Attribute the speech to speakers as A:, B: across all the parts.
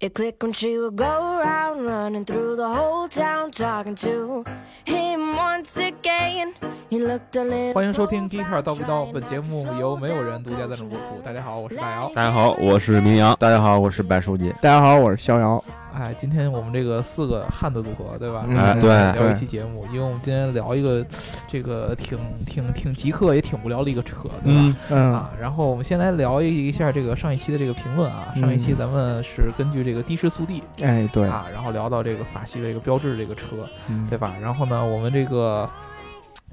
A: You click and she will go around running through the whole town talking to him once again. He looked a little.
B: 欢迎收听《Guitar 叨逼叨》，本节目由没有人独家赞助播出。大家好，我是大姚。
C: 大家好，我是明阳。
D: 大家好，我是白书记。
E: 大家好，我是逍遥。
B: 哎，今天我们这个四个汉子组合，对吧？
D: 嗯
B: 来
D: 对
B: 聊一期节目，因为我们今天聊一个这个挺挺挺极客也挺无聊的一个扯，对吧？
E: 嗯
B: 啊，然后我们先来聊一下这个上一期的这个评论啊。上一期
E: 嗯
B: 咱们是根据这个的士速递
E: 哎，对，
B: 啊，然后聊到这个法系的这个标志这个车，
E: 嗯
B: 对吧？然后呢，我们这个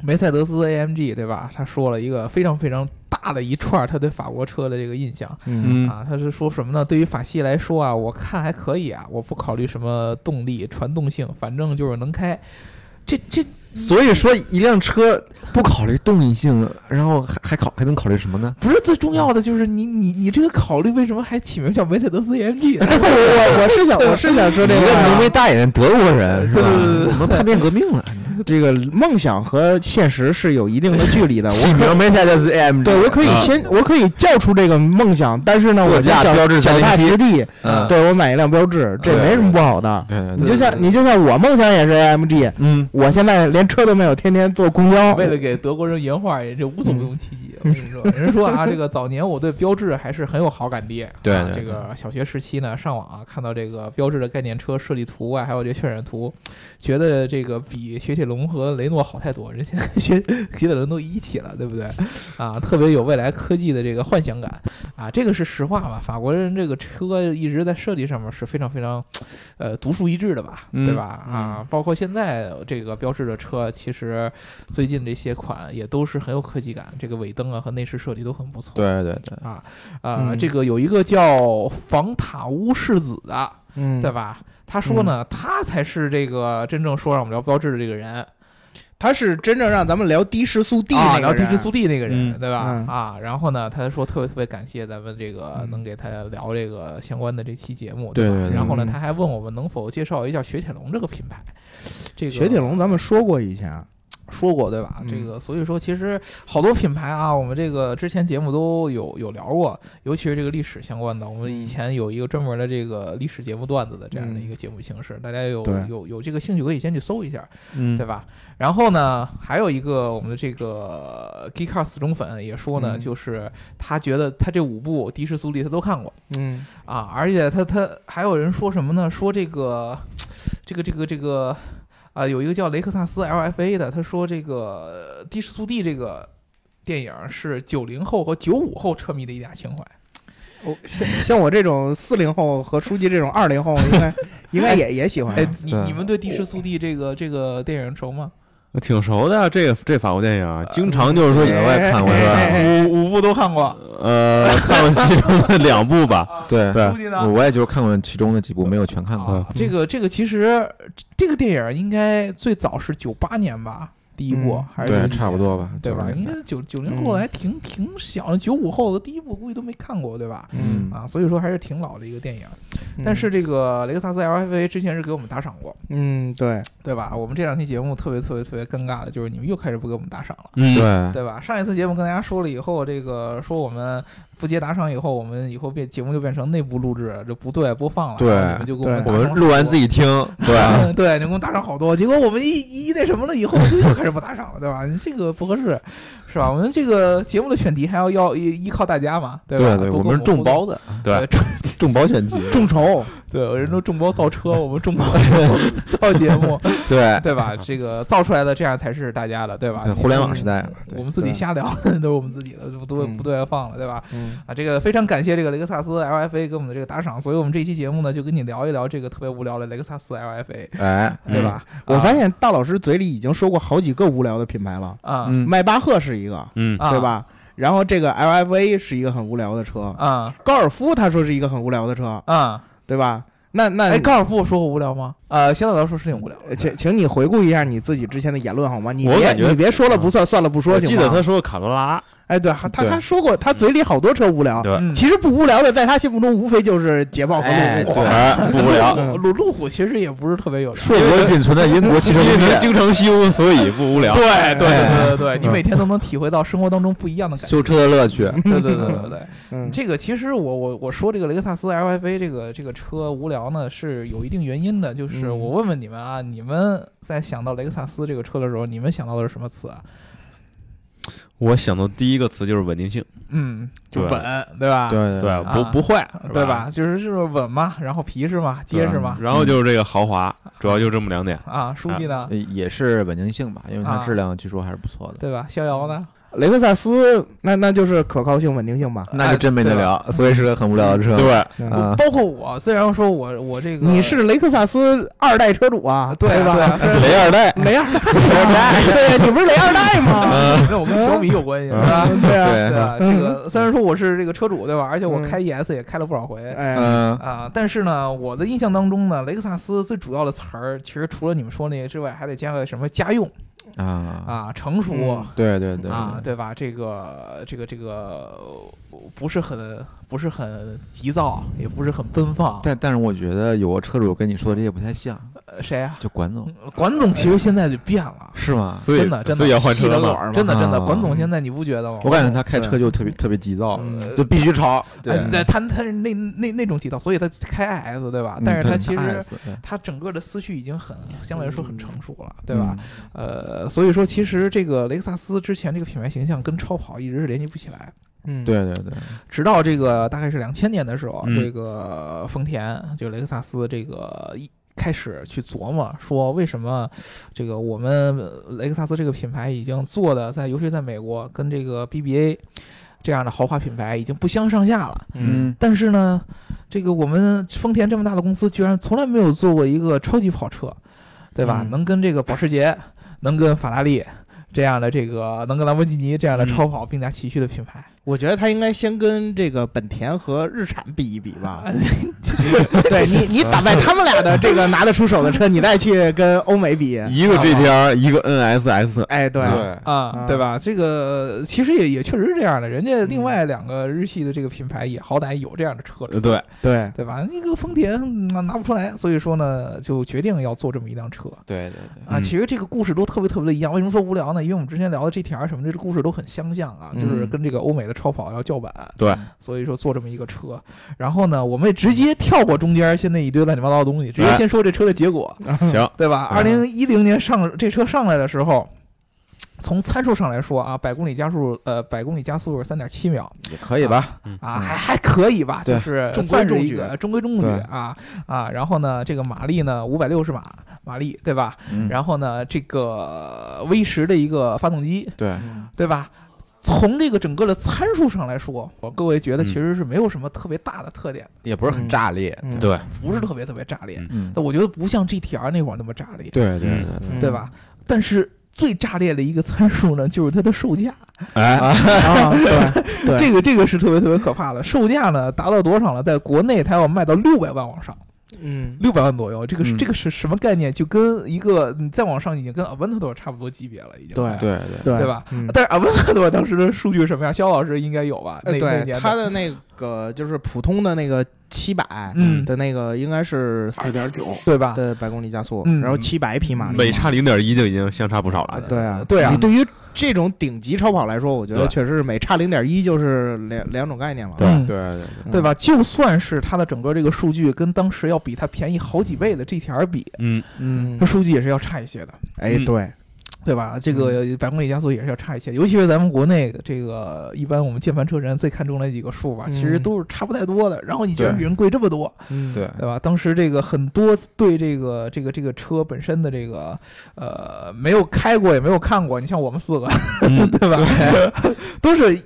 B: 梅赛德斯 AMG 对吧？他说了一个非常非常大的一串儿他对法国车的这个印象
E: 嗯
D: 嗯
B: 啊，他是说什么呢？对于法系来说啊，我看还可以啊，我不考虑什么动力、传动性，反正就是能开。这这
D: 所以说一辆车不考虑动力性，然后还还考还能考虑什么呢？
B: 不是最重要的，就是你你你这个考虑为什么还起名叫梅赛德斯 AMG？呢
E: 我 我我是想我是想说这
D: 你
E: 个
D: 个
E: 啊
D: 浓眉大眼的德国人是吧？
B: 对对对对
D: 怎么叛变革命了？
E: 这个梦想和现实是有一定的距离的。
D: 起
E: 我可
D: 名梅赛德斯 AMG，
E: 对我可以
C: 啊
E: 先我可以叫出这个梦想，但是呢，
D: 座
E: 我就
D: 驾
E: 脚
D: 标志
E: 脚
D: 三零
E: 踏
D: 七
E: 实地，
C: 啊
D: 嗯
E: 对我买一辆标志，这
D: 对
E: 没什么不好的。
D: 对对
E: 你
D: 对，
E: 就像你就像我梦想也是 AMG，
D: 嗯，
E: 我现在连车都没有，天天坐公交。
B: 为了给德国人原话，也这无所不用其 极。我跟你说，人说啊，这个早年我对标志还是很有好感的。
D: 对
B: 啊
D: 对
B: 这
D: 对
B: 个小学时期呢，上网啊看到这个标志的概念车设计图啊，还有这渲染图，觉得这个比雪铁龙和雷诺好太多。人现在 雪雪铁龙都一起了，对不对？啊，特别有未来科技的这个幻想感啊，这个是实话吧？法国人这个车一直在设计上面是非常非常，呃，独树一帜的吧，
D: 嗯
B: 对吧？啊，包括现在这个标志的车，其实最近这些款也都是很有科技感，这个尾灯啊和内饰设计都很不错。
D: 对对对，
B: 啊，呃，
E: 嗯
B: 这个有一个叫房塔屋世子的，
E: 嗯，
B: 对吧？他说呢，他才是这个真正说让我们聊标志的这个人。
E: 他是真正让咱们聊的士速递
B: 啊，
E: 那
B: 然后
E: 个
B: 地
E: 人
B: 区速递那个人，
D: 嗯
B: 对吧？
E: 嗯
B: 啊，然后呢，他说特别特别感谢咱们这个
E: 嗯
B: 能给他聊这个相关的这期节目，
D: 对
B: 吧？
D: 对对
B: 然后呢，
E: 嗯
B: 他还问我们能否介绍一下雪铁龙这个品牌，这个
E: 雪铁龙咱们说过以前，
B: 说过对吧？
E: 嗯
B: 这个所以说其实好多品牌啊，我们这个之前节目都有有聊过，尤其是这个历史相关的，我们以前有一个专门的这个历史节目段子的这样的一个节目形式，大家有
E: 嗯对
B: 有有这个兴趣可以先去搜一下。
D: 嗯
B: 对吧？然后呢，还有一个我们的这个 g e e k a r 死忠粉也说呢，
E: 嗯
B: 就是他觉得他这五部《的士速递》他都看过
E: 嗯，
B: 啊，而且他他还有人说什么呢？说这个这个这个这个啊、有一个叫雷克萨斯 LFA 的，他说这个呃《的士速递》这个电影是九零后和九五后车迷的一大情怀。
E: 哦像像我这种四零后和书记这种二零后，应该应该也也喜欢。啊
B: 哎，你
D: 对
B: 你们对《的士速递》这个这个电影熟吗？
C: 挺熟的，这个这法国电影，经常就是说也在看过是
E: 哎哎
C: 吧？
B: 五五部都看过。
C: 呃，看过其中的两部吧。
D: 对
C: 对
B: 估计呢
D: 我我也就是看过其中的几部，没有全看过。嗯
B: 啊，这个这个其实这个电影应该最早是九八年吧，第一部、
E: 嗯
B: 还是
D: 对，
B: 90
D: 差不多吧，
B: 对吧？
D: 90
B: 应
D: 年代
B: 该九九零后还挺、挺小的，九五后的第一部估计都没看过，对吧？
E: 嗯，
B: 啊，所以说还是挺老的一个电影。
D: 嗯
B: 嗯但是这个雷克萨斯 LFA 之前是给我们打赏过，
E: 嗯，对，
B: 对吧？我们这两期节目特别特别特别尴尬的就是你们又开始不给我们打赏了。
C: 嗯，
D: 对，
B: 对吧？上一次节目跟大家说了以后，这个说我们不接打赏以后，我们以后变节目就变成内部录制，就不对播放了。
D: 对
B: 然后你们就给我 们
E: 对
D: 我
B: 打赏
D: 们
B: 了
D: 录完
B: 很多
D: 自己听， 对，
B: 嗯对，你给我打赏好多，结果我们一一那什么了以后，就又开始不打赏了，对吧？你这个不合适，是吧？我们这个节目的选题还要要依依靠大家嘛，对吧？
D: 对对，
B: 多
D: 我
B: 跟
D: 们是
B: 互
D: 众
B: 动，
D: 包的，
C: 对
B: 众
D: 众包选题，
E: 众筹，
B: 对，人都众包造车，我们众包 造节目，
D: 对
B: 嗯 对吧？这 个造出来的这样才是大家的，对吧嗯
D: 对，？互联网时代了，
B: 我们自己瞎聊 都是我们自己的，不对
E: 嗯
B: 不对外放了，对吧？
E: 嗯，
B: 啊，这个非常感谢这个雷克萨斯 LFA 给我们的这个打赏，所以我们这期节目呢，就跟你聊一聊这个特别无聊的雷克萨斯 LFA，
D: 哎，
B: 对吧？
E: 我
B: 啊
E: 发现大老师嘴里已经说过好几个无聊的品牌了，
B: 啊，
D: 嗯，
E: 迈巴赫是一个，
C: 嗯，
B: 啊
E: 对？吧？然后这个 LFA 是一个很无聊的车，
B: 啊
E: 高尔夫他说是一个很无聊的车，
B: 啊！
E: 对吧？那那
B: 哎，高尔夫我说过无聊吗？呃，相对来说是挺无聊的。
E: 呃请请你回顾一下你自己之前的言论好吗？你
C: 我
E: 别
C: 感觉
E: 你别说了不算，算了不说
C: 我
E: 行
C: 记
E: 吗
C: 得他说过卡罗拉，
E: 哎，对，他他
C: 对
E: 他说过，他嘴里好多车无聊，
C: 对
B: 嗯
E: 其实不无聊的，在他心目中无非就是捷
B: 哦
E: 豹和
D: 哎
E: 路虎。
D: 对
C: 哎不无聊。
E: 嗯
B: 路路虎其实也不是特别有
D: 硕果仅存的英国汽车
C: 因为
D: 工
C: 能
D: 业，
C: 经常修，所以不无聊。
B: 对对对对对，
D: 嗯
B: 你每天都能体会到生活当中不一样的感觉。
D: 修车的乐趣。
B: 对对对对对，
E: 嗯，
B: 这个其实我我我说这个雷克萨斯 LFA 这个这个车无聊呢是有一定原因的，就是
E: 嗯
B: 我问问你们啊，你们在想到雷克萨斯这个车的时候，你们想到的是什么词啊？
C: 我想到第一个词就是稳定性，
B: 嗯，就
C: 对
B: 稳，对吧？
D: 对
C: 对，
B: 啊
C: 不不坏，
B: 对
C: 吧？
B: 吧？就是就是稳嘛，然后皮实嘛，结实嘛，
C: 然后就是这个豪华，主要就这么两点。
B: 啊，书记呢，
D: 呃也是稳定性吧，因为
B: 啊
D: 它质量据说还是不错的。
B: 对吧？逍遥呢？
E: 雷克萨斯那那就是可靠性、稳定性吧。
D: 啊那就真没得聊，所以是个很无聊的车。
C: 对，
E: 嗯，
D: 啊，
B: 包括我，虽然说我我这个
E: 你是雷克萨斯二代车主啊，
B: 对啊对
E: 吧？
B: 啊，虽然
D: 雷二代，
E: 雷二代，对，啊你不是雷二代吗？
C: 啊
B: 那啊我跟小米有关 系，是吧？
E: 对啊，
D: 对
B: 对吧？这
E: 嗯
B: 个虽然说我是这个车主，对吧？而且我
E: 嗯
B: 开 ES 也开了不少回，
E: 哎，
D: 嗯，
B: 啊，但是呢，我的印象当中呢，雷克萨斯最主要的词儿，其实除了你们说那些之外，还得加个什么家用
D: 啊，
B: 啊、成熟、
E: 嗯
D: 对对对
B: 啊，，对吧？这个这个这个呃不是很不是很急躁，啊也不是很奔放。
D: 但但是我觉得有个车主跟你说的这些不太像，
B: 呃谁啊？
D: 就管总
B: 管总其实现在就变 了，
D: 是吗？
C: 所以
B: 真的真的
C: 所以要换
E: 细
C: 车
E: 的管
C: 嘛。
E: 儿嘛
B: 真的真的，
D: 啊
B: 管总现在你不觉得吗？
D: 我感觉他开车就特别特别急躁，
E: 嗯
D: 就必须嗯超。对，
B: 哎那他他是那那那种急躁，所以他开 IS 对吧？
D: 嗯
B: 但是他其
D: E
B: 实。他整个的思绪已经很相对来说很成熟了，对吧？？
D: 嗯
B: 呃，所以说其实这个雷克萨斯之前这个品牌形象跟超跑一直是联系不起来，
E: 嗯，
D: 对对对，
B: 直到这个大概是两千年的时候，
C: 嗯
B: 这个丰田就雷克萨斯这个一。开始去琢磨说，为什么这个我们雷克萨斯这个品牌已经做的在，尤其在美国跟这个 BBA 这样的豪华品牌已经不相上下了。
E: 嗯，
B: 但是呢，这个我们丰田这么大的公司，居然从来没有做过一个超级跑车，对吧？
E: 嗯
B: 能跟这个保时捷，能跟法拉利这样的这个，能跟兰博基尼这样的
C: 嗯
B: 超跑并驾齐驱的品牌，
E: 我觉得他应该先跟这个本田和日产比一比
C: 啊
E: 吧。对你，你打败他们俩的这个拿得出手的车，你再去跟欧美比。
D: 嗯
C: 一个 GTR，一个 NSX，
E: 哎，对，
D: 对，
B: 啊，对吧？这个其实也也确实是这样的，人
C: 嗯
B: 家另外两个日系的这个品牌也好歹有这样的车出来
C: 呃对，
E: 对，
B: 对吧？那个丰田嗯拿不出来，所以说呢，就决定要做这么一辆车。
D: 对对对，
B: 啊，
C: 嗯
B: 其实这个故事都特别特别的一样。为什么说无聊呢？因为我们之前聊的 GTR 什么，这个故事都很相像啊，就是
E: 嗯
B: 跟这个欧美的超跑要叫板。
C: 对，
B: 所以说做这么一个车，然后呢，我们也直接跳过中间现在一堆乱七八糟的东西，直接
C: 哎
B: 先说这车的结果，
C: 行，
B: 对吧？二零一零年上这车上来的时候。从参数上来说啊，百公里加速呃，百公里加速是三点七秒，
D: 也可以吧？
B: 啊，
D: 嗯
B: 还还可以吧，
D: 对
B: 就是
E: 中规
B: 算是
E: 中
B: 一
E: 矩
B: 个中规中矩
D: 对
B: 啊啊。然后呢，这个马力呢五百六十马马力，对吧？
D: 嗯，
B: 然后呢，这个 V 十的一个发动机，
D: 对，
B: 对吧？从这个整个的参数上来说，我各位觉得
C: 嗯
B: 其实是没有什么特别大的特点，
D: 也不是很炸裂，
E: 嗯
C: 对，
B: 不是特别特别炸裂。
C: 嗯
D: 嗯，
B: 但我觉得不像 GTR 那会儿那么炸裂，
D: 对对对对
E: 嗯
B: 对吧？但是最炸裂的一个参数呢，就是它的售价，
C: 哎，
E: 啊，对，对
B: 这个这个是特别特别可怕的。售价呢达到多少了？在国内它要卖到六百万往上，
E: 嗯，
B: 六百万左右。这个是、
D: 嗯
B: 这个是什么概念？就跟一个你再往上已经跟 Aventador 差不多级别了，已经
E: 对
B: 快
D: 对对
E: 对，
B: 对吧
E: 嗯？
B: 但是 Aventador 当时的数据是什么样？肖老师应该有吧？那
E: 呃
B: 那
E: 对，
B: 年
E: 它
B: 的
E: 的那个就是普通的那个七百
B: 嗯
E: 的那个应该是二点九
B: 对吧？
E: 的百公里加速，
B: 嗯
E: 然后七百匹马力嘛，
C: 每差零点一就已经相差不少了。
E: 对啊，
B: 对啊
E: 你对于这种顶级超跑来说，我觉得
C: 对
E: 确实是每差零点一就是两两种概念了。
B: 嗯
D: 对对
B: 对吧？就算是它的整个这个数据跟当时要比它便宜好几倍的 GTR 比，
C: 嗯，
E: 嗯
B: 这，数据也是要差一些的，
E: 哎，
C: 嗯
E: 对，
B: 对吧？这
E: 嗯
B: 个百公里加速也是要差一些，尤其是咱们国内这个一般我们键盘车神最看重的几个数吧，
E: 嗯
B: 其实都是差不太多的。然后你居然
D: 对
B: 比人贵这么多，
E: 嗯，
D: 对，
B: 对吧？当时这个很多对这个这个这个车本身的这个呃没有开过也没有看过，你像我们四个， 对吧？ 都是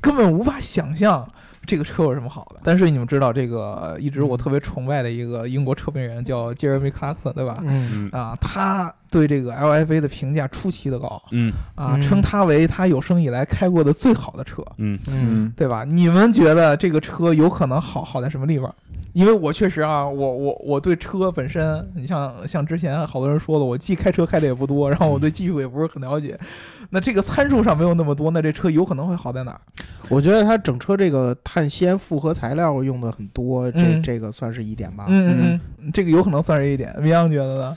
B: 根本无法想象这个车有什么好的。但是你们知道，这个一直我特别崇拜的一个英国车评人叫 Jeremy Clarkson，对吧？
E: 嗯
C: 嗯
B: 啊，他对这个 LFA 的评价出奇的高
C: 嗯
B: 啊，
E: 嗯
B: 称它为他有生以来开过的最好的车，
C: 嗯，
E: 嗯，
B: 对吧？你们觉得这个车有可能好好在什么地方？因为我确实啊，我我我对车本身，你像像之前好多人说的，我既开车开的也不多，然后我对
C: 嗯
B: 技术也不是很了解，那这个参数上没有那么多，那这车有可能会好在哪儿？
E: 我觉得它整车这个碳纤复合材料用的很多，这、
B: 嗯
E: 这个算是一点吧。
B: 嗯嗯嗯，这个有可能算是一点。明阳觉得呢？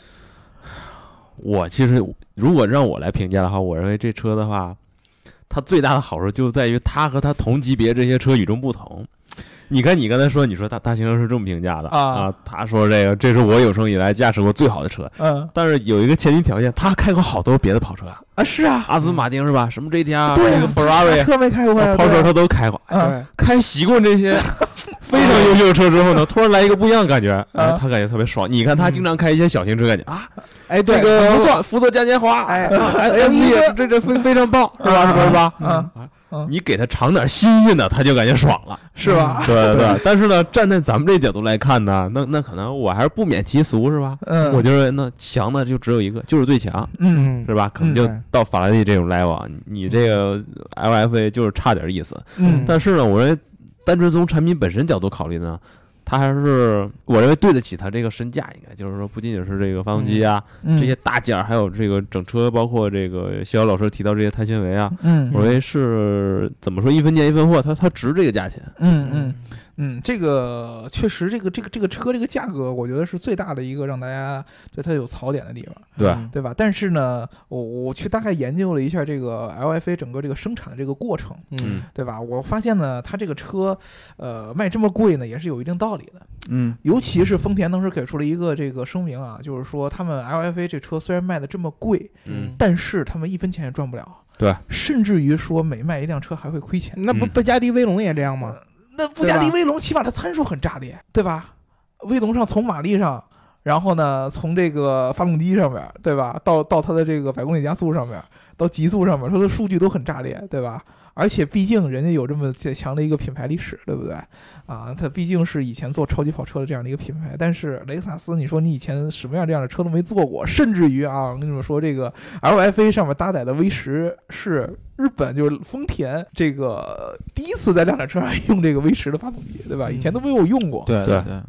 C: 我其实如果让我来评价的话，我认为这车的话，它最大的好处就在于它和它同级别这些车与众不同。你看，你刚才说，你说大大型车是这么评价的
B: 啊
C: 他说这个，这是我有生以来驾驶过最好的车。
B: 嗯
C: 但是有一个前提条件，他开过好多别的跑车啊，
B: 啊，是啊，
C: 阿斯顿马丁是吧？什么 GTR，
B: 对啊
C: 那个 Ferrari，
B: 车没开过呀，
C: 跑车
B: 对啊
C: 他都开过。
B: 嗯，
C: 开习惯这些非常优秀的车之 后呢，突然来一个不一样的感觉，哎，他感觉特别爽。你看他经常开一些小型车，感觉啊，
E: 哎，对，
C: 这个不错，福特嘉年华，
E: 哎
C: 哎，S
E: 意思
C: 也这这非非常棒，是吧？是吧？是吧？
B: 嗯
C: 你给他尝点新鲜的，他就感觉爽 了，
B: 是吧？
C: 对对对。但是呢，站在咱们这角度来看呢，那那可能我还是不免其俗，是吧？
B: 嗯，
C: 我觉得那强的就只有一个，就是最强，
B: 嗯
E: 嗯，
C: 是吧？可能就
E: 对
C: 到法拉利这种 level，啊你这个 LFA 就是差点意思。
B: 嗯
C: 但是呢，我认为单纯从产品本身角度考虑呢，它还是我认为对得起它这个身价，应该就是说不仅仅是这个发动机啊、
B: 嗯
C: 这些大件儿，还有这个整车，包括这个逍遥老师提到这些碳纤维啊，
B: 嗯
C: 我认为是怎么说一分钱一分货，它它值这个价钱。
B: 嗯嗯嗯，这个确实，这个这个这个车这个价格，我觉得是最大的一个让大家对它有槽点的地方。
C: 对
E: 嗯
B: 对吧？但是呢，我我去大概研究了一下这个 LFA 整个这个生产的这个过程，
E: 嗯
B: 对吧？我发现呢，它这个车，呃，卖这么贵呢，也是有一定道理的。
D: 嗯
B: 尤其是丰田当时给出了一个这个声明啊，就是说他们 LFA 这车虽然卖的这么贵，
C: 嗯
B: 但是他们一分钱也赚不了，
C: 对，
B: 甚至于说每卖一辆车还会亏钱。
E: 那不
C: 嗯
E: 不加迪威龙也这样吗？
B: 那布加
E: 对
B: 迪
E: 吧
B: 威龙起码它参数很炸裂，对吧？威龙上从马力上，然后呢从这个发动机上面，对吧？到到它的这个百公里加速上面，到极速上面，它的数据都很炸裂，对吧？而且毕竟人家有这么强的一个品牌历史，对不对？啊，它毕竟是以前做超级跑车的这样的一个品牌，但是雷克萨斯，你说你以前什么样这样的车都没做过，甚至于啊，我跟你们说，这个 LFA 上面搭载的 V 十是日本就是丰田这个第一次在量产车上 用这个 V 十的发动机，对吧？以前都没有用过。
D: 对
C: 对
D: 对，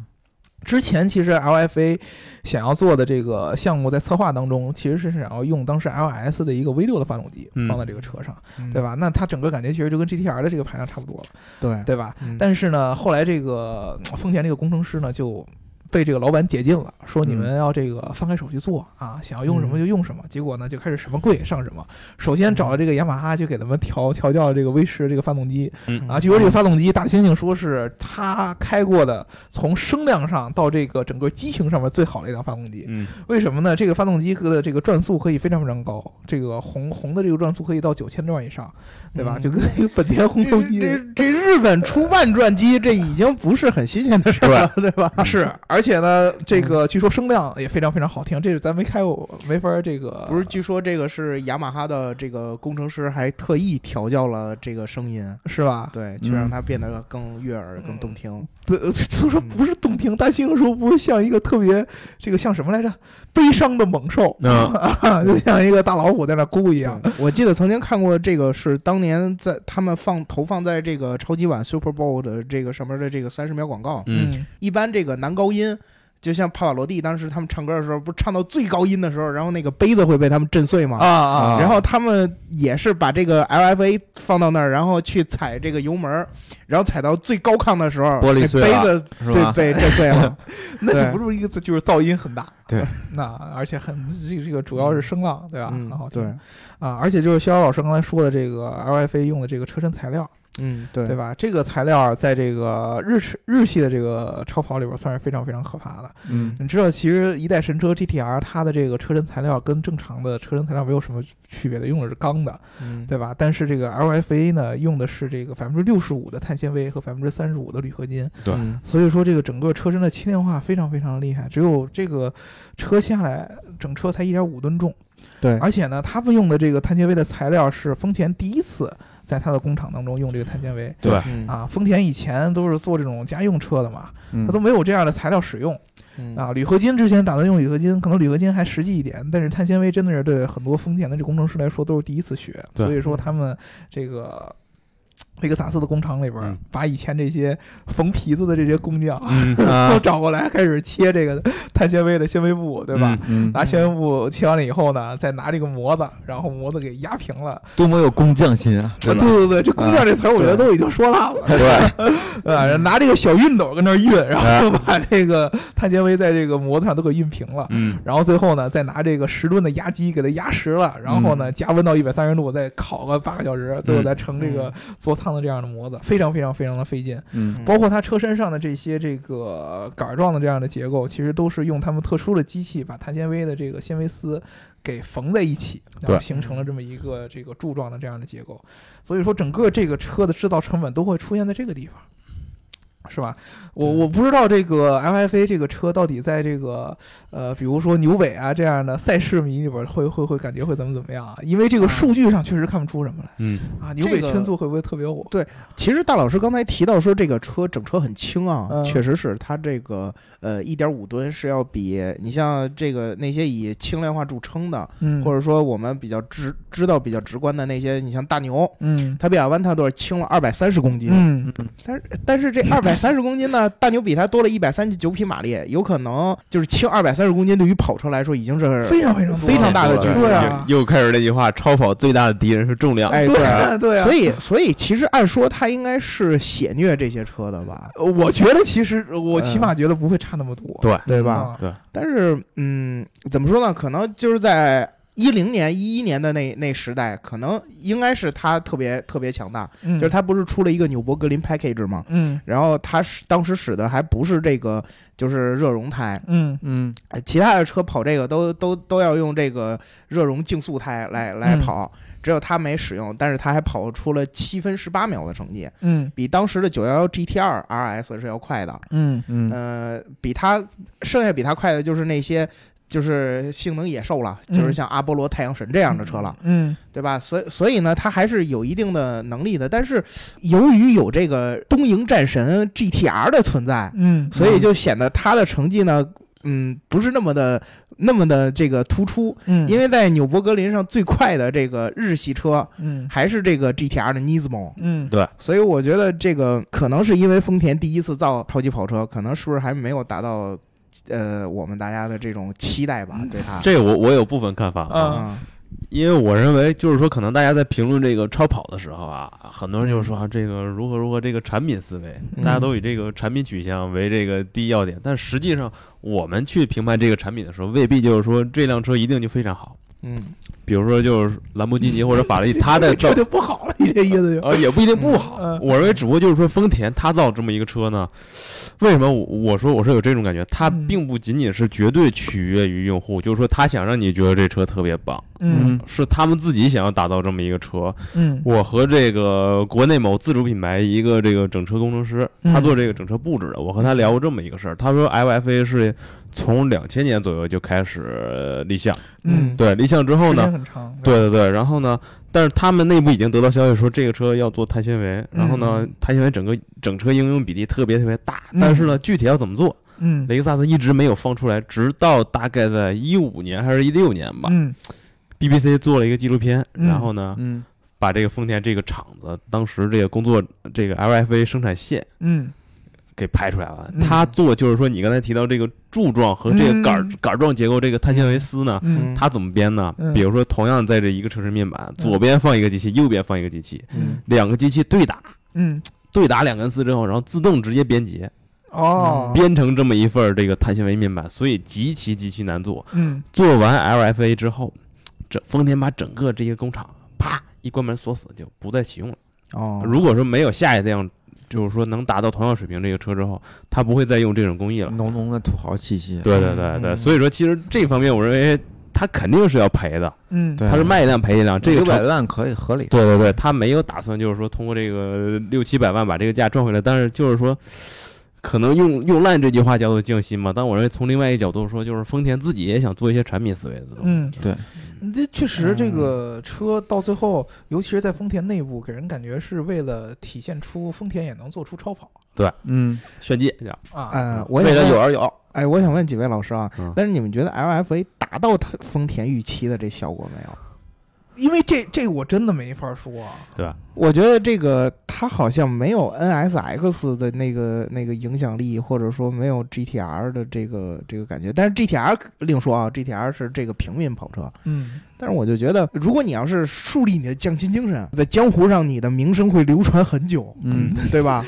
B: 之前其实 LFA 想要做的这个项目在策划当中，其实是想要用当时 LS 的一个 V 六的发动机
C: 嗯
B: 放在这个车上，
E: 嗯
B: 对？吧？那它整个感觉其实就跟 GTR 的这个排量差不多了，
E: 对，
B: 对吧？
E: 嗯
B: 但是呢，后来这个呃丰田这个工程师呢就。被这个老板解禁了，说
C: 嗯
B: 你们要这个放开手续做啊，想要用什么就用什么。结果呢，就开始什么贵上什么。首先找了这个雅马哈，就给他们调调教这个威驰这个发动机
C: 嗯
B: 啊。据说这个发动机，大猩猩说是他开过的从声量上到这个整个激情上面最好的一辆发动机。
C: 嗯
B: 为什么呢？这个发动机和的这个转速可以非常非常高，这个红红的这个转速可以到九千转以上，对吧？
E: 嗯
B: 就跟那个本田红牛一
E: 这这这日本出万转 机，这已经不是很新鲜的事儿了，对吧？
B: 啊是，而且呢，这个据说声量也非常非常好听，这是咱没开过，没法儿这个
E: 不是，据说这个是雅马哈的这个工程师还特意调教了这个声音，
B: 是吧？
E: 对，去让它变得更悦耳、更动听。
B: 对，就
E: 嗯
B: 说不是动听，大猩猩说不是像一个特别这个像什么来着，悲伤的猛兽，
C: 嗯
B: 啊， 就像一个大老虎在那咕一样。
E: 对我记得曾经看过这个，是当年在他们放投放在这个超级碗 Super Bowl 的这个上面的这个三十秒广告。
C: 嗯，
E: 一般这个男高音，就像帕瓦罗蒂当时他们唱歌的时候，不是唱到最高音的时候，然后那个杯子会被他们震碎吗？
B: 啊啊，
E: 然后他们也是把这个 LFA 放到那儿，然后去踩这个油门儿，然后踩到最高亢的时候，
D: 玻璃碎了
E: 那杯子
D: 是
E: 对
D: 吧？
E: 被震碎 了。
B: 那
E: 对
B: 就不是一个字，就是噪音很大。
D: 对，
B: 那而且很这个这个主要是声浪，对吧？
E: 嗯
B: 很好，听
E: 对，
B: 啊，而且就是逍遥老师刚才说的这个 LFA 用的这个车身材料，
E: 嗯，对，
B: 对？吧？这个材料在这个日式日系的这个超跑里边算是非常非常可怕的。
D: 嗯
B: 你知道，其实一代神车 GTR 它的这个车身材料跟正常的车身材料没有什么区别的，用的是钢的，
E: 嗯，
B: 对吧？但是这个 LFA 呢，用的是这个百分之六十五的碳纤维和百分之三十五的铝合金，
C: 对
E: 嗯
B: 所以说这个整个车身的轻量化非常非常厉害。只有这个车下来，整车才一点五吨重，
D: 哎
E: 对，
B: 而且呢，他们用的这个碳纤维的材料是丰田第一次在它的工厂当中用这个碳纤维。
C: 对，
E: 嗯，
B: 啊，丰田以前都是做这种家用车的嘛，
D: 嗯，
B: 它都没有这样的材料使用
E: 嗯
B: 啊。铝合金之前打算用铝合金，可能铝合金还实际一点，但是碳纤维真的是对很多丰田的这工程师来说都是第一次学，
C: 对
B: 所以说他们这个雷克萨斯的工厂里边儿
C: 嗯，
B: 把以前这些缝皮子的这些工匠
C: 嗯，
B: 都
D: 啊，
B: 找过来，开始切这个碳纤维的纤维布，对吧？
C: 嗯
D: 嗯，
B: 拿纤维布切完了以后呢，再拿这个模子，然后模子给压平了。
D: 多么有工匠心啊！
B: 啊，对对对，这工匠这词儿我觉得都已经说烂了。
D: 对，
B: 啊，拿这个小熨斗跟那儿熨，然后把这个碳纤维在这个模子上都给熨平了。
C: 嗯
B: 然后最后呢，再拿这个十吨的压机给它压实了，然后呢，加温到一百三十度，再烤个八个小时，最后再成这个做舱的这样的模子，非常非常非常的费劲。
D: 嗯
B: 包括它车身上的这些这个呃杆状的这样的结构，其实都是用他们特殊的机器把碳纤维的这个纤维丝给缝在一起，然后
C: 对
B: 形成了这么一个这个柱状的这样的结构。所以说，整个这个车的制造成本都会出现在这个地方。是吧？我我不知道这个 FFA 这个车到底在这个呃，比如说牛尾啊这样的赛事迷里边会会会感觉会怎么怎么样啊？因为这个数据上确实看不出什么来
C: 嗯
B: 啊，牛尾
E: 嗯这个
B: 圈速会不会特别火？
E: 其实大老师刚才提到说这个车整车很轻啊，
B: 嗯
E: 确实是它这个呃一点五吨是要比你像这个那些以轻量化著称的，
B: 嗯，
E: 或者说我们比较知知道比较直观的那些，你像大牛，
B: 嗯
E: 它比亚湾它多少轻了二百三十公斤，
B: 嗯
E: 但是 但是这二百三十公斤呢，大牛比它多了一百三十九匹马力，有可能就是轻二百三十公斤对于跑车来说已经是
B: 非常非常多
E: 非常大的
C: 对
E: 巨
B: 对
E: 量。
B: 啊
C: 又开始那句话，超跑最大的敌人是重量。
E: 哎，
B: 对对啊，
E: 所以所以其实按说它应该是血虐这些车的吧，
B: 呃我觉得其实我起码觉得不会差那么多，
C: 对，
E: 对吧？
B: 啊
E: 但是，嗯，怎么说呢？可能就是在一零年、一一年的那那时代，可能应该是它特别特别强大。
B: 嗯，
E: 就是它不是出了一个纽博格林 package 吗？
B: 嗯
E: 然后它是当时使的还不是这个，就是热熔胎，
B: 嗯
D: 嗯
E: 呃其他的车跑这个都都都要用这个热熔竞速胎来来
B: 嗯
E: 跑，只有它没使用，但是它还跑出了七分十八秒的成绩，
B: 嗯
E: 比当时的九幺幺 GTR RS 是要快的。
B: 嗯
D: 嗯
E: 呃，比它剩下比它快的就是那些就是性能野兽了，就是
B: 嗯
E: 像阿波罗、太阳神这样的车了，，
B: 嗯
E: 对吧？所以所以呢，它还是有一定的能力的。但是由于有这个东瀛战神 GTR 的存在，
B: 嗯，
E: 所以就显得它的成绩呢。嗯，不是那么的，那么的这个突出，
B: 嗯
E: 因为在纽博格林上最快的这个日系车
B: 嗯
E: 还是这个 GTR 的 Nismo，
B: 嗯
E: 所以我觉得这个可能是因为丰田第一次造超级跑车，可能是不是还没有达到呃我们大家的这种期待吧？
B: 嗯
E: 对它，
C: 这我我有部分看法
B: 啊
E: 嗯
C: 因为我认为就是说，可能大家在评论这个超跑的时候啊，很多人就说、啊、这个如何如何这个产品思维，
E: 嗯
C: 大家都以这个产品取向为这个第一要点，但实际上我们去评判这个产品的时候，未必就是说这辆车一定就非常好。
E: 嗯，
C: 比如说就是兰博基尼或者法拉利，它在 造
B: 嗯 这就不好了，你这意思就
C: 呃，也不一定不好。
B: 嗯嗯
C: 我认为，只不过就是说，丰田它造这么一个车呢，为什么我我说我说有这种感觉？它
B: 嗯
C: 并不仅仅是绝对取悦于用户，就是说他想让你觉得这车特别棒，
B: 嗯
C: 是他们自己想要打造这么一个车。
B: 嗯
C: 我和这个国内某自主品牌一个这个整车工程师，
B: 嗯
C: 他做这个整车布置的，我和他聊过这么一个事儿，他说 LFA 是从两千年左右就开始呃立项，
B: 嗯，
C: 对，立项之后
B: 时
C: 呢
B: 间，很长，
C: 对对对，然后呢，但是他们内部已经得到消息说这个车要做碳纤维，
B: 嗯
C: 然后呢，碳纤维整个整车应用比例特别特别大，
B: 嗯
C: 但是呢，具体要怎么做，
B: 嗯
C: 雷克萨斯一直没有放出来，直到大概在一五年还是一六年吧、
B: 嗯
C: b b c 做了一个纪录片，
B: 嗯
C: 然后呢，
D: 嗯
C: 把这个丰田这个厂子当时这个工作这个 LFA 生产线
B: 嗯
C: 给拍出来了
B: 嗯，
C: 他做就是说你刚才提到这个柱状和这个杆儿
B: 嗯
C: 杆儿状结构这个碳纤维丝呢，
B: 嗯
C: 它怎么编呢
B: 嗯？
C: 比如说，同样在这一个车身面板，左
B: 嗯
C: 边放一个机器，右边放一个机器，
B: 嗯
C: 两个机器对打，
B: 嗯
C: 对打两根丝之后，然后自动直接编结，
E: 哦，
C: 编成这么一份儿这个碳纤维面板，所以极其极其难做。
B: 嗯
C: 做完 LFA 之后，这丰田把整个这些工厂啪一关门锁死，就不再启用了。
E: 哦，
C: 如果说没有下一辆，就是说能达到同样水平这个车之后，它不会再用这种工艺
B: 嗯
C: 了。
D: 浓浓的土豪气息，
C: 对对对对，
E: 嗯
C: 所以说其实这方面我认为它肯定是要赔的，
B: 嗯
D: 对
C: 它是卖一辆赔一辆，这个
D: 六
C: 成
D: 百万可以合理，
C: 对对对，他没有打算就是说通过这个六七百万把这个价赚回来，但是就是说，可能用用烂这句话叫做匠心嘛。但我认为从另外一个角度说，就是丰田自己也想做一些产品思维的东西。
B: 嗯，
D: 对，
B: 这确实这个车到最后，尤其是在丰田内部，给人感觉是为了体现出丰田也能做出超跑
D: 嗯，
C: 炫技叫
B: 啊。
E: 呃，我
D: 为
E: 想
D: 了
E: 问
D: 有而有，
E: 哎，我想问几位老师啊
C: 嗯，
E: 但是你们觉得 LFA 达到它丰田预期的这效果没有？
B: 因为这这我真的没法说，啊
E: 我觉得这个它好像没有 NSX 的那个那个影响力，或者说没有 GTR 的这个这个感觉。但是 GTR 另说啊，GTR 是这个平民跑车。
B: 嗯，
E: 但是我就觉得，如果你要是树立你的匠心精神，在江湖上你的名声会流传很久，
D: 嗯，
E: 对 吧？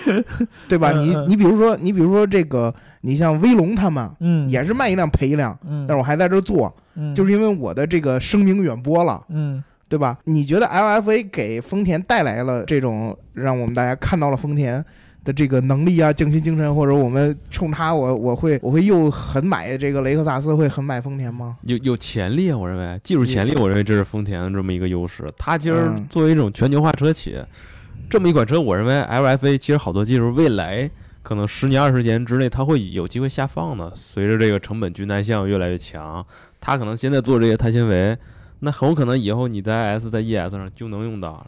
E: 对吧？你
B: 嗯嗯
E: 你比如说，你比如说这个，你像威龙他们
B: 嗯
E: 也是卖一辆赔一辆，
B: 嗯，
E: 但是我还在这儿做，
B: 嗯
E: 就是因为我的这个声名远播了。
B: 嗯
E: 对吧？你觉得 LFA 给丰田带来了这种让我们大家看到了丰田的这个能力啊、匠心精神，或者我们冲它，我我会我会又很买这个雷克萨斯，会很买丰田吗？
C: 有有潜力啊，我认为技术潜力，我认为这是丰田的这么一个优势。它其实
E: 嗯
C: 作为一种全球化车企，这么一款车，我认为 LFA 其实好多技术未来可能十年、二十年之内，它会有机会下放的。随着这个成本均单项越来越强，它可能现在做这些碳纤维，那很有可能以后你在 S 在 ES 上就能用到。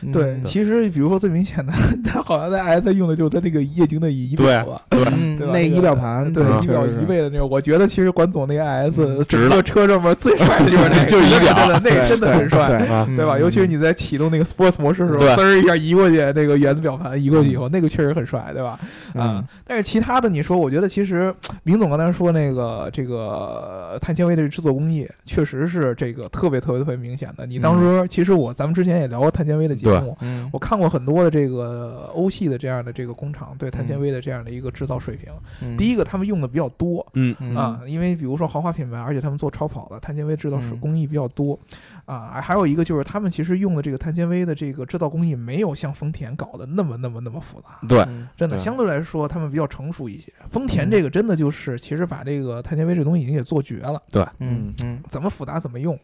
E: 嗯
B: 对，其实比如说最明显的， 他好像在 S 用的就是他那个液晶的仪表
C: 对
B: 吧，
E: 嗯
B: 对吧？
E: 那
B: 那个
E: 仪表盘，
B: 对
E: 嗯
B: 仪表
E: 确实
B: 仪位的那个，我觉得其实管总那个 S
C: 嗯值了
B: 整个车上面最帅的 就是那个，
C: 就是仪表
B: 真的那个
E: 对
B: 真的很帅。
E: 对
C: 啊
E: 嗯
B: 对吧？尤其是你在启动那个 Sports 模式的时候，
C: 对
B: 滋儿一下移过去，那个圆表盘移过去以后，那个确实很帅，对吧？啊
E: 嗯，
B: 但是其他的，你说，我觉得其实明总刚才说那个这个碳纤维的制作工艺，确实是这个特别特别特别明显的。你当时其实我咱们之前也聊过碳纤维的节目，
E: 嗯
B: 我看过很多的这个欧系的这样的这个工厂对碳纤维的这样的一个制造水平。
E: 嗯
B: 第一个，他们用的比较多，
C: 嗯，
E: 嗯
B: 啊，因为比如说豪华品牌，而且他们做超跑的碳纤维制造手
E: 嗯
B: 工艺比较多，啊，还有一个就是他们其实用的这个碳纤维的这个制造工艺没有像丰田搞的那么那么那么复杂，
C: 对，
E: 嗯
B: 真的
C: 对
B: 相对来说他们比较成熟一些。丰田
E: 嗯
B: 这个真的就是其实把这个碳纤维这东西已经给做绝了，
E: 嗯嗯
B: 怎么复杂怎么用，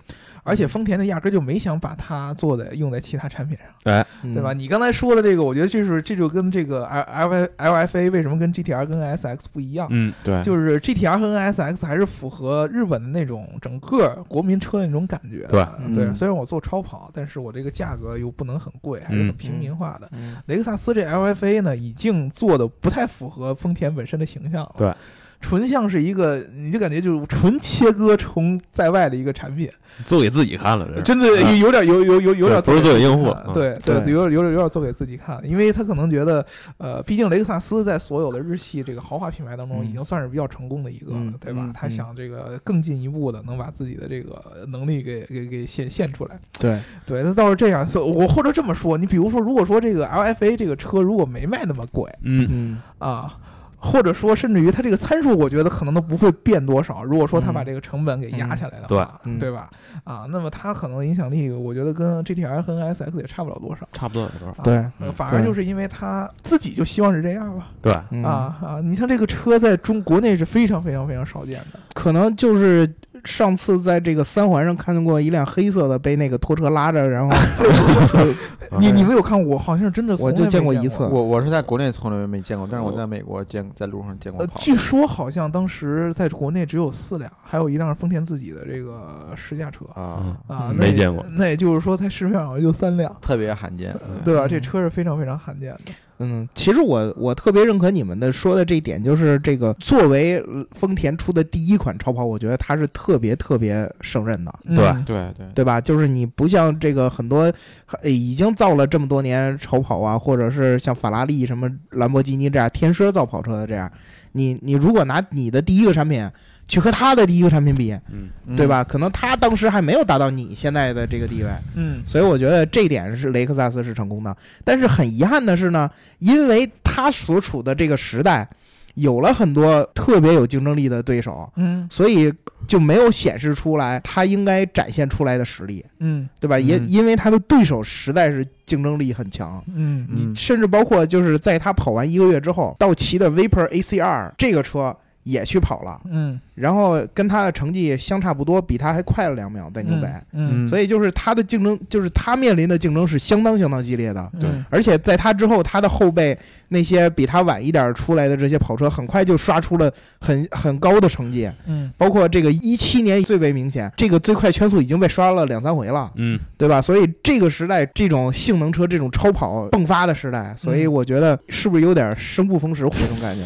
B: 而且丰田呢压根儿就没想把它做的用在其他产品上。
E: 嗯，
B: 对吧？你刚才说的这个，我觉得就是这就跟这个 L L L F A 为什么跟 G T R 跟 S X 不一样，
C: 嗯，
D: 对，
B: 就是 G T R 和 S X 还是符合日本的那种整个国民车的那种感觉的。
E: 对嗯
B: 虽然我做超跑，但是我这个价格又不能很贵，还是很平民化的。
E: 嗯？
B: 雷克萨斯这 L F A 呢，已经做的不太符合丰田本身的形象了。
C: 对。
B: 纯像是一个，你就感觉就是纯切割从在外的一个产品，
C: 做给自己看了，这是
B: 真的
E: 啊
B: 有有点有有有有点
C: 对不
B: 做
C: 是
B: 给
C: 做给
B: 自己
C: 用户
B: 看
C: 嗯
B: 对对，
E: 对
B: 有点有点有点做给自己看，因为他可能觉得，呃，毕竟雷克萨斯在所有的日系这个豪华品牌当中
E: 嗯
B: 已经算是比较成功的一个了，
E: 嗯
B: 对吧
E: 嗯？
B: 他
E: 嗯
B: 想这个更进一步的能把自己的这个能力给给给显现出来，
E: 对，
B: 对，他倒是这样，所以我或者这么说，你比如说，如果说这个 LFA 这个车如果没卖那么贵
C: 嗯，
E: 嗯
B: 啊。或者说，甚至于它这个参数，我觉得可能都不会变多少。如果说它把
E: 嗯
B: 这个成本给压下来的
C: 对
B: 话，
E: 嗯
B: 对吧？啊，那么它可能影响力，我觉得跟 GTR 和 SX 也差不了多少。
C: 差不多有多少？
B: 啊
E: 对
B: 呃
C: 嗯
B: 反而
E: 对
B: 就是因为他自己就希望是这样了
C: 对，
E: 嗯
B: 啊啊！你像这个车在中国内是非常非常非常少见的，
E: 可能就是上次在这个三环上看见过一辆黑色的被那个拖车拉着，然后
C: 哎
B: 你你没有看过，好像真的从
E: 我就
B: 来没
E: 见
B: 见
E: 过一次
D: 我我是在国内从来没见过，但是我在美国见在路上见过
B: 呃，
D: 跑。
B: 据说好像当时在国内只有四辆，还有一辆是丰田自己的这个试驾车
D: 啊，
B: 啊，
E: 嗯
B: 那
E: 没
B: 也
C: 见过
B: 那也就是说，在市面上好像就三辆，
D: 特别罕见。
B: 呃对吧？
E: 嗯
B: 这车是非常非常罕见的。
E: 嗯，其实我我特别认可你们的说的这一点，就是这个作为呃丰田出的第一款超跑，我觉得它是特别特别胜任的，
C: 对
B: 嗯
D: 对对
E: 对吧？就是你不像这个很多呃已经造了这么多年超跑啊，或者是像法拉利、什么兰博基尼这样天奢造跑车的这样，你你如果拿你的第一个产品去和它的第一个产品比，
C: 嗯，
D: 对
E: 对？吧？可能它当时还没有达到你现在的这个地位。
B: 嗯
E: 所以我觉得这一点是雷克萨斯是成功的。但是很遗憾的是呢，因为他所处的这个时代，有了很多特别有竞争力的对手，
B: 嗯
E: 所以就没有显示出来他应该展现出来的实力，
B: 嗯
E: 对吧？也
D: 嗯
E: 因为他的对手实在是竞争力很强。
B: 嗯嗯
D: 嗯
E: 甚至包括就是在他跑完一个月之后，道奇的 Vapor ACR 这个车也去跑了，
B: 嗯，
E: 然后跟他的成绩相差不多，比他还快了两秒，在纽北。
B: 嗯，
E: 所以就是他的竞争，就是他面临的竞争是相当相当激烈的。
B: 嗯
D: 对
E: 而且在他之后，他的后辈那些比他晚一点出来的这些跑车，很快就刷出了很很高的成绩，
B: 嗯
E: 包括这个一七年最为明显，这个最快圈速已经被刷了两三回了，
C: 嗯，
E: 对吧？所以这个时代，这种性能车、这种超跑迸发的时代，所以
B: 嗯
E: 我觉得是不是有点生不逢时这种感觉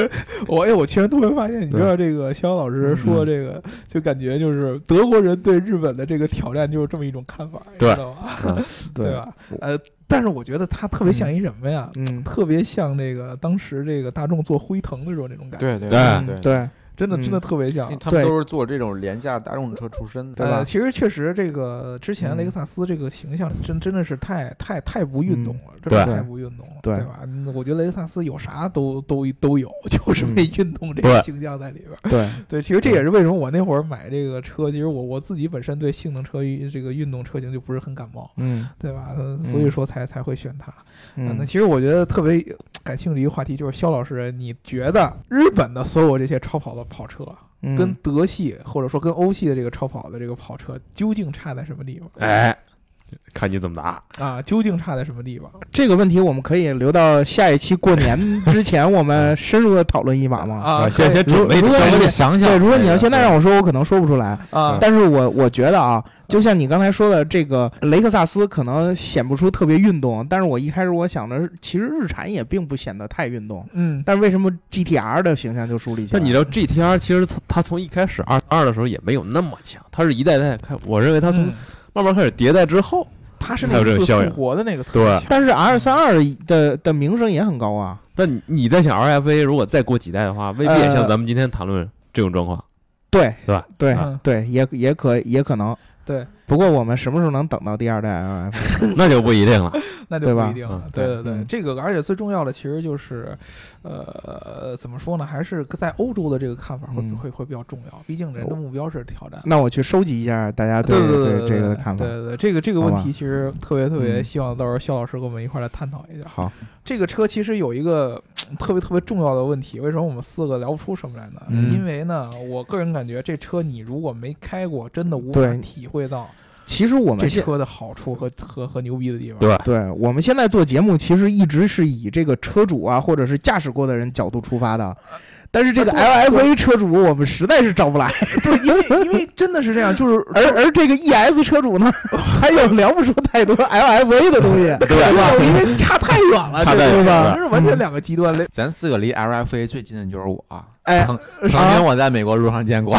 E: 了？
B: 我哎，我居然突然发现，你知道这个逍遥老师说这个，就感觉就是德国人对日本的这个挑战就是这么一种看法，你知
C: 对
B: 道吧？对
E: 对，
B: 吧？呃，但是我觉得他特别像一什么呀？
E: 嗯，
B: 特别像这个当时这个大众做辉腾的时候那种感觉，
F: 对对
C: 哎
F: 对，
E: 对，
B: 真的
E: 嗯
B: 真的特别像
F: 因为。他们
E: 对
F: 都是做这种廉价大众车出身的，
E: 对吧
B: 呃，其实确实，这个之前
E: 嗯
B: 雷克萨斯这个形象真真的是太太太不运动了，真
C: 对
B: 的太不运动了，
E: 嗯对
B: 对吧？嗯我觉得雷克萨斯有啥都都都有，就是没运动这
C: 对
B: 个形象在里边儿。
E: 嗯对，
B: 对，其实这也是为什么我那会儿买这个车，其实我我自己本身对性能车与这个运动车型就不是很感冒，
E: 嗯
B: 对吧？呃所以说才才会选它。嗯，那
E: 嗯
B: 其实我觉得特别感兴趣一个话题就是肖老师，你觉得日本的所有这些超跑的跑车，
E: 嗯，
B: 跟德系或者说跟欧系的这个超跑的这个跑车究竟差在什么地方
C: 哎，看你怎么答。
B: 啊？究竟差在什么地方？
E: 这个问题，我们可以留到下一期过年之前，我们深入的讨论一把吗？
B: 啊，
C: 先
B: 可以
C: 先准备
E: 如
C: 准
E: 果
D: 我
E: 你
D: 得
C: 备。
D: 想想。
E: 哎对，如果你要现在
D: 我。
E: 让我说，我可能说不出来。
B: 啊，
E: 但是我我觉得啊，就像你刚才说的，这个雷克萨斯可能显不出特别运动，但是我一开始我想的是，其实日产也并不显得太运动，
B: 嗯，
E: 但是为什么 GTR 的形象就树立起来？
C: 但你知道 GTR 其实它它从一开始二二的时候也没有那么强，它是一代代开，我认为它从
B: 嗯
C: 慢慢开始迭代之后，
B: 它是
C: 才
B: 那
C: 有这
B: 次
C: 个效应
B: 复活的那个特
C: 对
B: 效
E: 但是 R 三二的的名声也很高啊。
C: 但你你在想 LFA 如果再过几代的话，未必也像咱们今天谈论这种状况。
E: 对
C: 对吧
E: 对、
B: 嗯
E: 对，也也可也可能。
B: 对，
E: 不过我们什么时候能等到第二代啊 LF？
C: 那就不一定了。
B: 那
E: 对
B: 就不
E: 吧
B: 一定了
C: 嗯。
B: 对
E: 对
B: 对对，
E: 嗯
B: 这个而且最重要的其实就是，呃，怎么说呢？还是在欧洲的这个看法会
E: 嗯
B: 会会比较重要，毕竟人的目标是挑战。
E: 那我去收集一下大家
B: 对
E: 对
B: 对
E: 这个的看法
B: 对。对对，这个这个问
E: 好吧
B: 题其实特别特别
E: 嗯
B: 希望到时候肖老师跟我们一块儿来探讨一下。
E: 好，
B: 这个车其实有一个嗯特别特别重要的问题，为什么我们四个聊不出什么来呢？
E: 嗯
B: 因为呢，我个人感觉这车你如果没开过，真的无法
E: 对
B: 体会到
E: 其实我
B: 这
E: 们现
B: 车的好处和和和牛逼的地方。
C: 对
E: 对我们现在做节目，其实一直是以这个车主啊，或者是驾驶过的人角度出发
B: 啊
E: 的。但是这个 LFA 车主，我们实在是招不 来。
B: 对，因为因为真的是这样，就是
E: 而而这个 ES 车 主呢，他也聊不出太多 LFA 的东西，
C: 对吧？
B: 因 为差太远了，
C: 差太
B: 这
C: 远
B: 是
C: 了
B: 吧？这是完
E: 嗯
B: 全两个极端。
F: 咱四个离 LFA 最近的就是我啊，
E: 哎哦
F: 曾曾经我在美国路上见 过，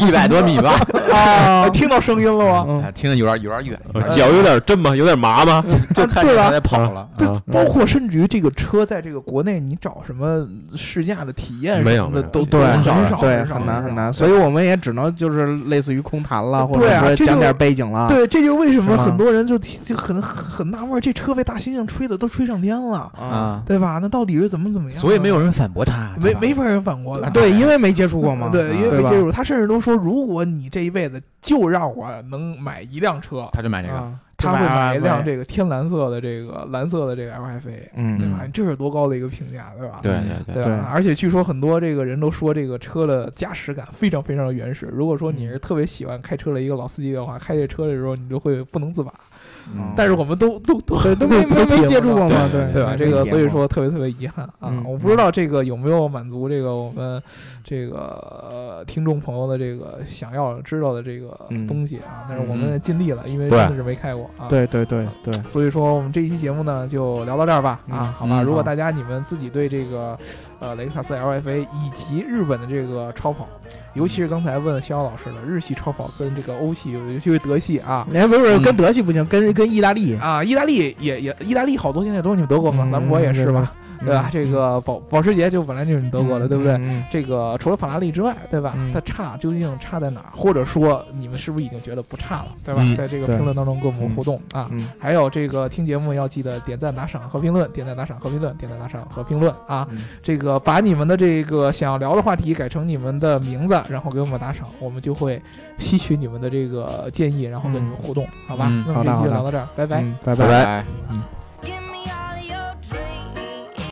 F: 一百多米吧，
B: 啊，听到声音了吗？
E: 嗯
F: 哎听着有点有点远，有
D: 呃
F: 点
C: 脚
F: 远
C: 有点震吗？有点麻吗？
F: 就看见他
B: 啊对吧
F: 在跑了。
B: 对
C: 啊，
B: 包括甚至于这个车在这个国内，你找什么试驾的体验
C: 没有
B: 什么的
C: 没
B: 都
C: 有
E: 对
B: 很少很少
E: 对，
B: 少
E: 很难
B: 少
E: 很难，所以我们也只能就是类似于空谈了，或
B: 对
E: 者
B: 啊
E: 说
B: 这就
E: 讲点背景了。
B: 对，这就是为什么
E: 啊是吗
B: 很多人就提就很很很纳闷儿，这车被大猩猩吹的都吹上天了，
E: 啊，
B: 对吧？那到底是怎么怎么样？啊
F: 所以没有，人反驳他，
B: 没
F: 对吧
B: 没法人反驳的。
E: 对，因为没接触过 嘛。嗯
B: 对，因为
E: 对
B: 没
E: 吧
B: 接触，他甚至都说，如果你这一辈子就让我能买一辆车，
F: 他就买这个。
E: 啊
B: 他会买一辆
E: 这，
B: 这个天蓝色的这个蓝色的这个 LFA，对吧
E: 嗯，？
B: 这是多高的一个评价，对吧？
F: 对对对，
B: 对
E: 对
B: 吧？而且据说很多这个人都说这个车的驾驶感非常非常的原始。如果说
E: 嗯
B: 你是特别喜欢开车的一个老司机的话，开这车的时候你就会不能自拔。
F: 嗯
B: 但是我们都都都
E: 对，都没没没接触过嘛，对
B: 对吧？
E: 没
B: 这个
E: 没体验
B: 所以
E: 过
B: 说特别特别遗憾啊
E: 嗯！
B: 我不知道这个有没有满足这个我们这个呃听众朋友的这个想要知道的这个
E: 嗯
B: 东西啊，但是我们尽力了，因为
C: 对
B: 真的是没开过啊。。
E: 对对对对，
B: 所以说，我们这一期节目呢，就聊到这儿吧
E: 嗯
B: 啊，好吧。
F: 嗯
B: 如果
E: 好
B: 大家你们自己对这个，呃，雷克萨斯 LFA 以及日本的这个超跑，尤其是刚才问逍遥老师的日系超跑跟这个欧系，尤其是德系啊，
E: 哎，不是不是
B: 嗯
E: 跟德系不行，跟跟意大利，
B: 啊，意大利也也，意大利好多现在都是你们德国嘛，
E: 嗯
B: 兰博也是吧，
E: 嗯
B: 对吧？这个保保时捷就本来就是你德国的，对不对？
E: 嗯
B: 这个除了法拉利之外，对吧？
E: 嗯
B: 它差究竟差在哪儿？或者说你们是不是已经觉得不差了，对吧？
C: 嗯
B: 在这个
E: 对
B: 评论当中跟我们互动啊。
E: 嗯
B: 还有这个听节目要记得点赞打赏和评论，点赞打赏和评论，点赞打赏和评论啊！
E: 嗯
B: 这个把你们的这个想要聊的话题改成你们的名字，然后给我们打赏，我们就会吸取你们的这个建议，然后跟你们互动，好吧？
F: 嗯
B: 那么这期
E: 好的好
B: 就
E: 的
B: 聊到这儿，拜拜。
E: 嗯，拜
F: 拜
E: 拜。
F: 拜。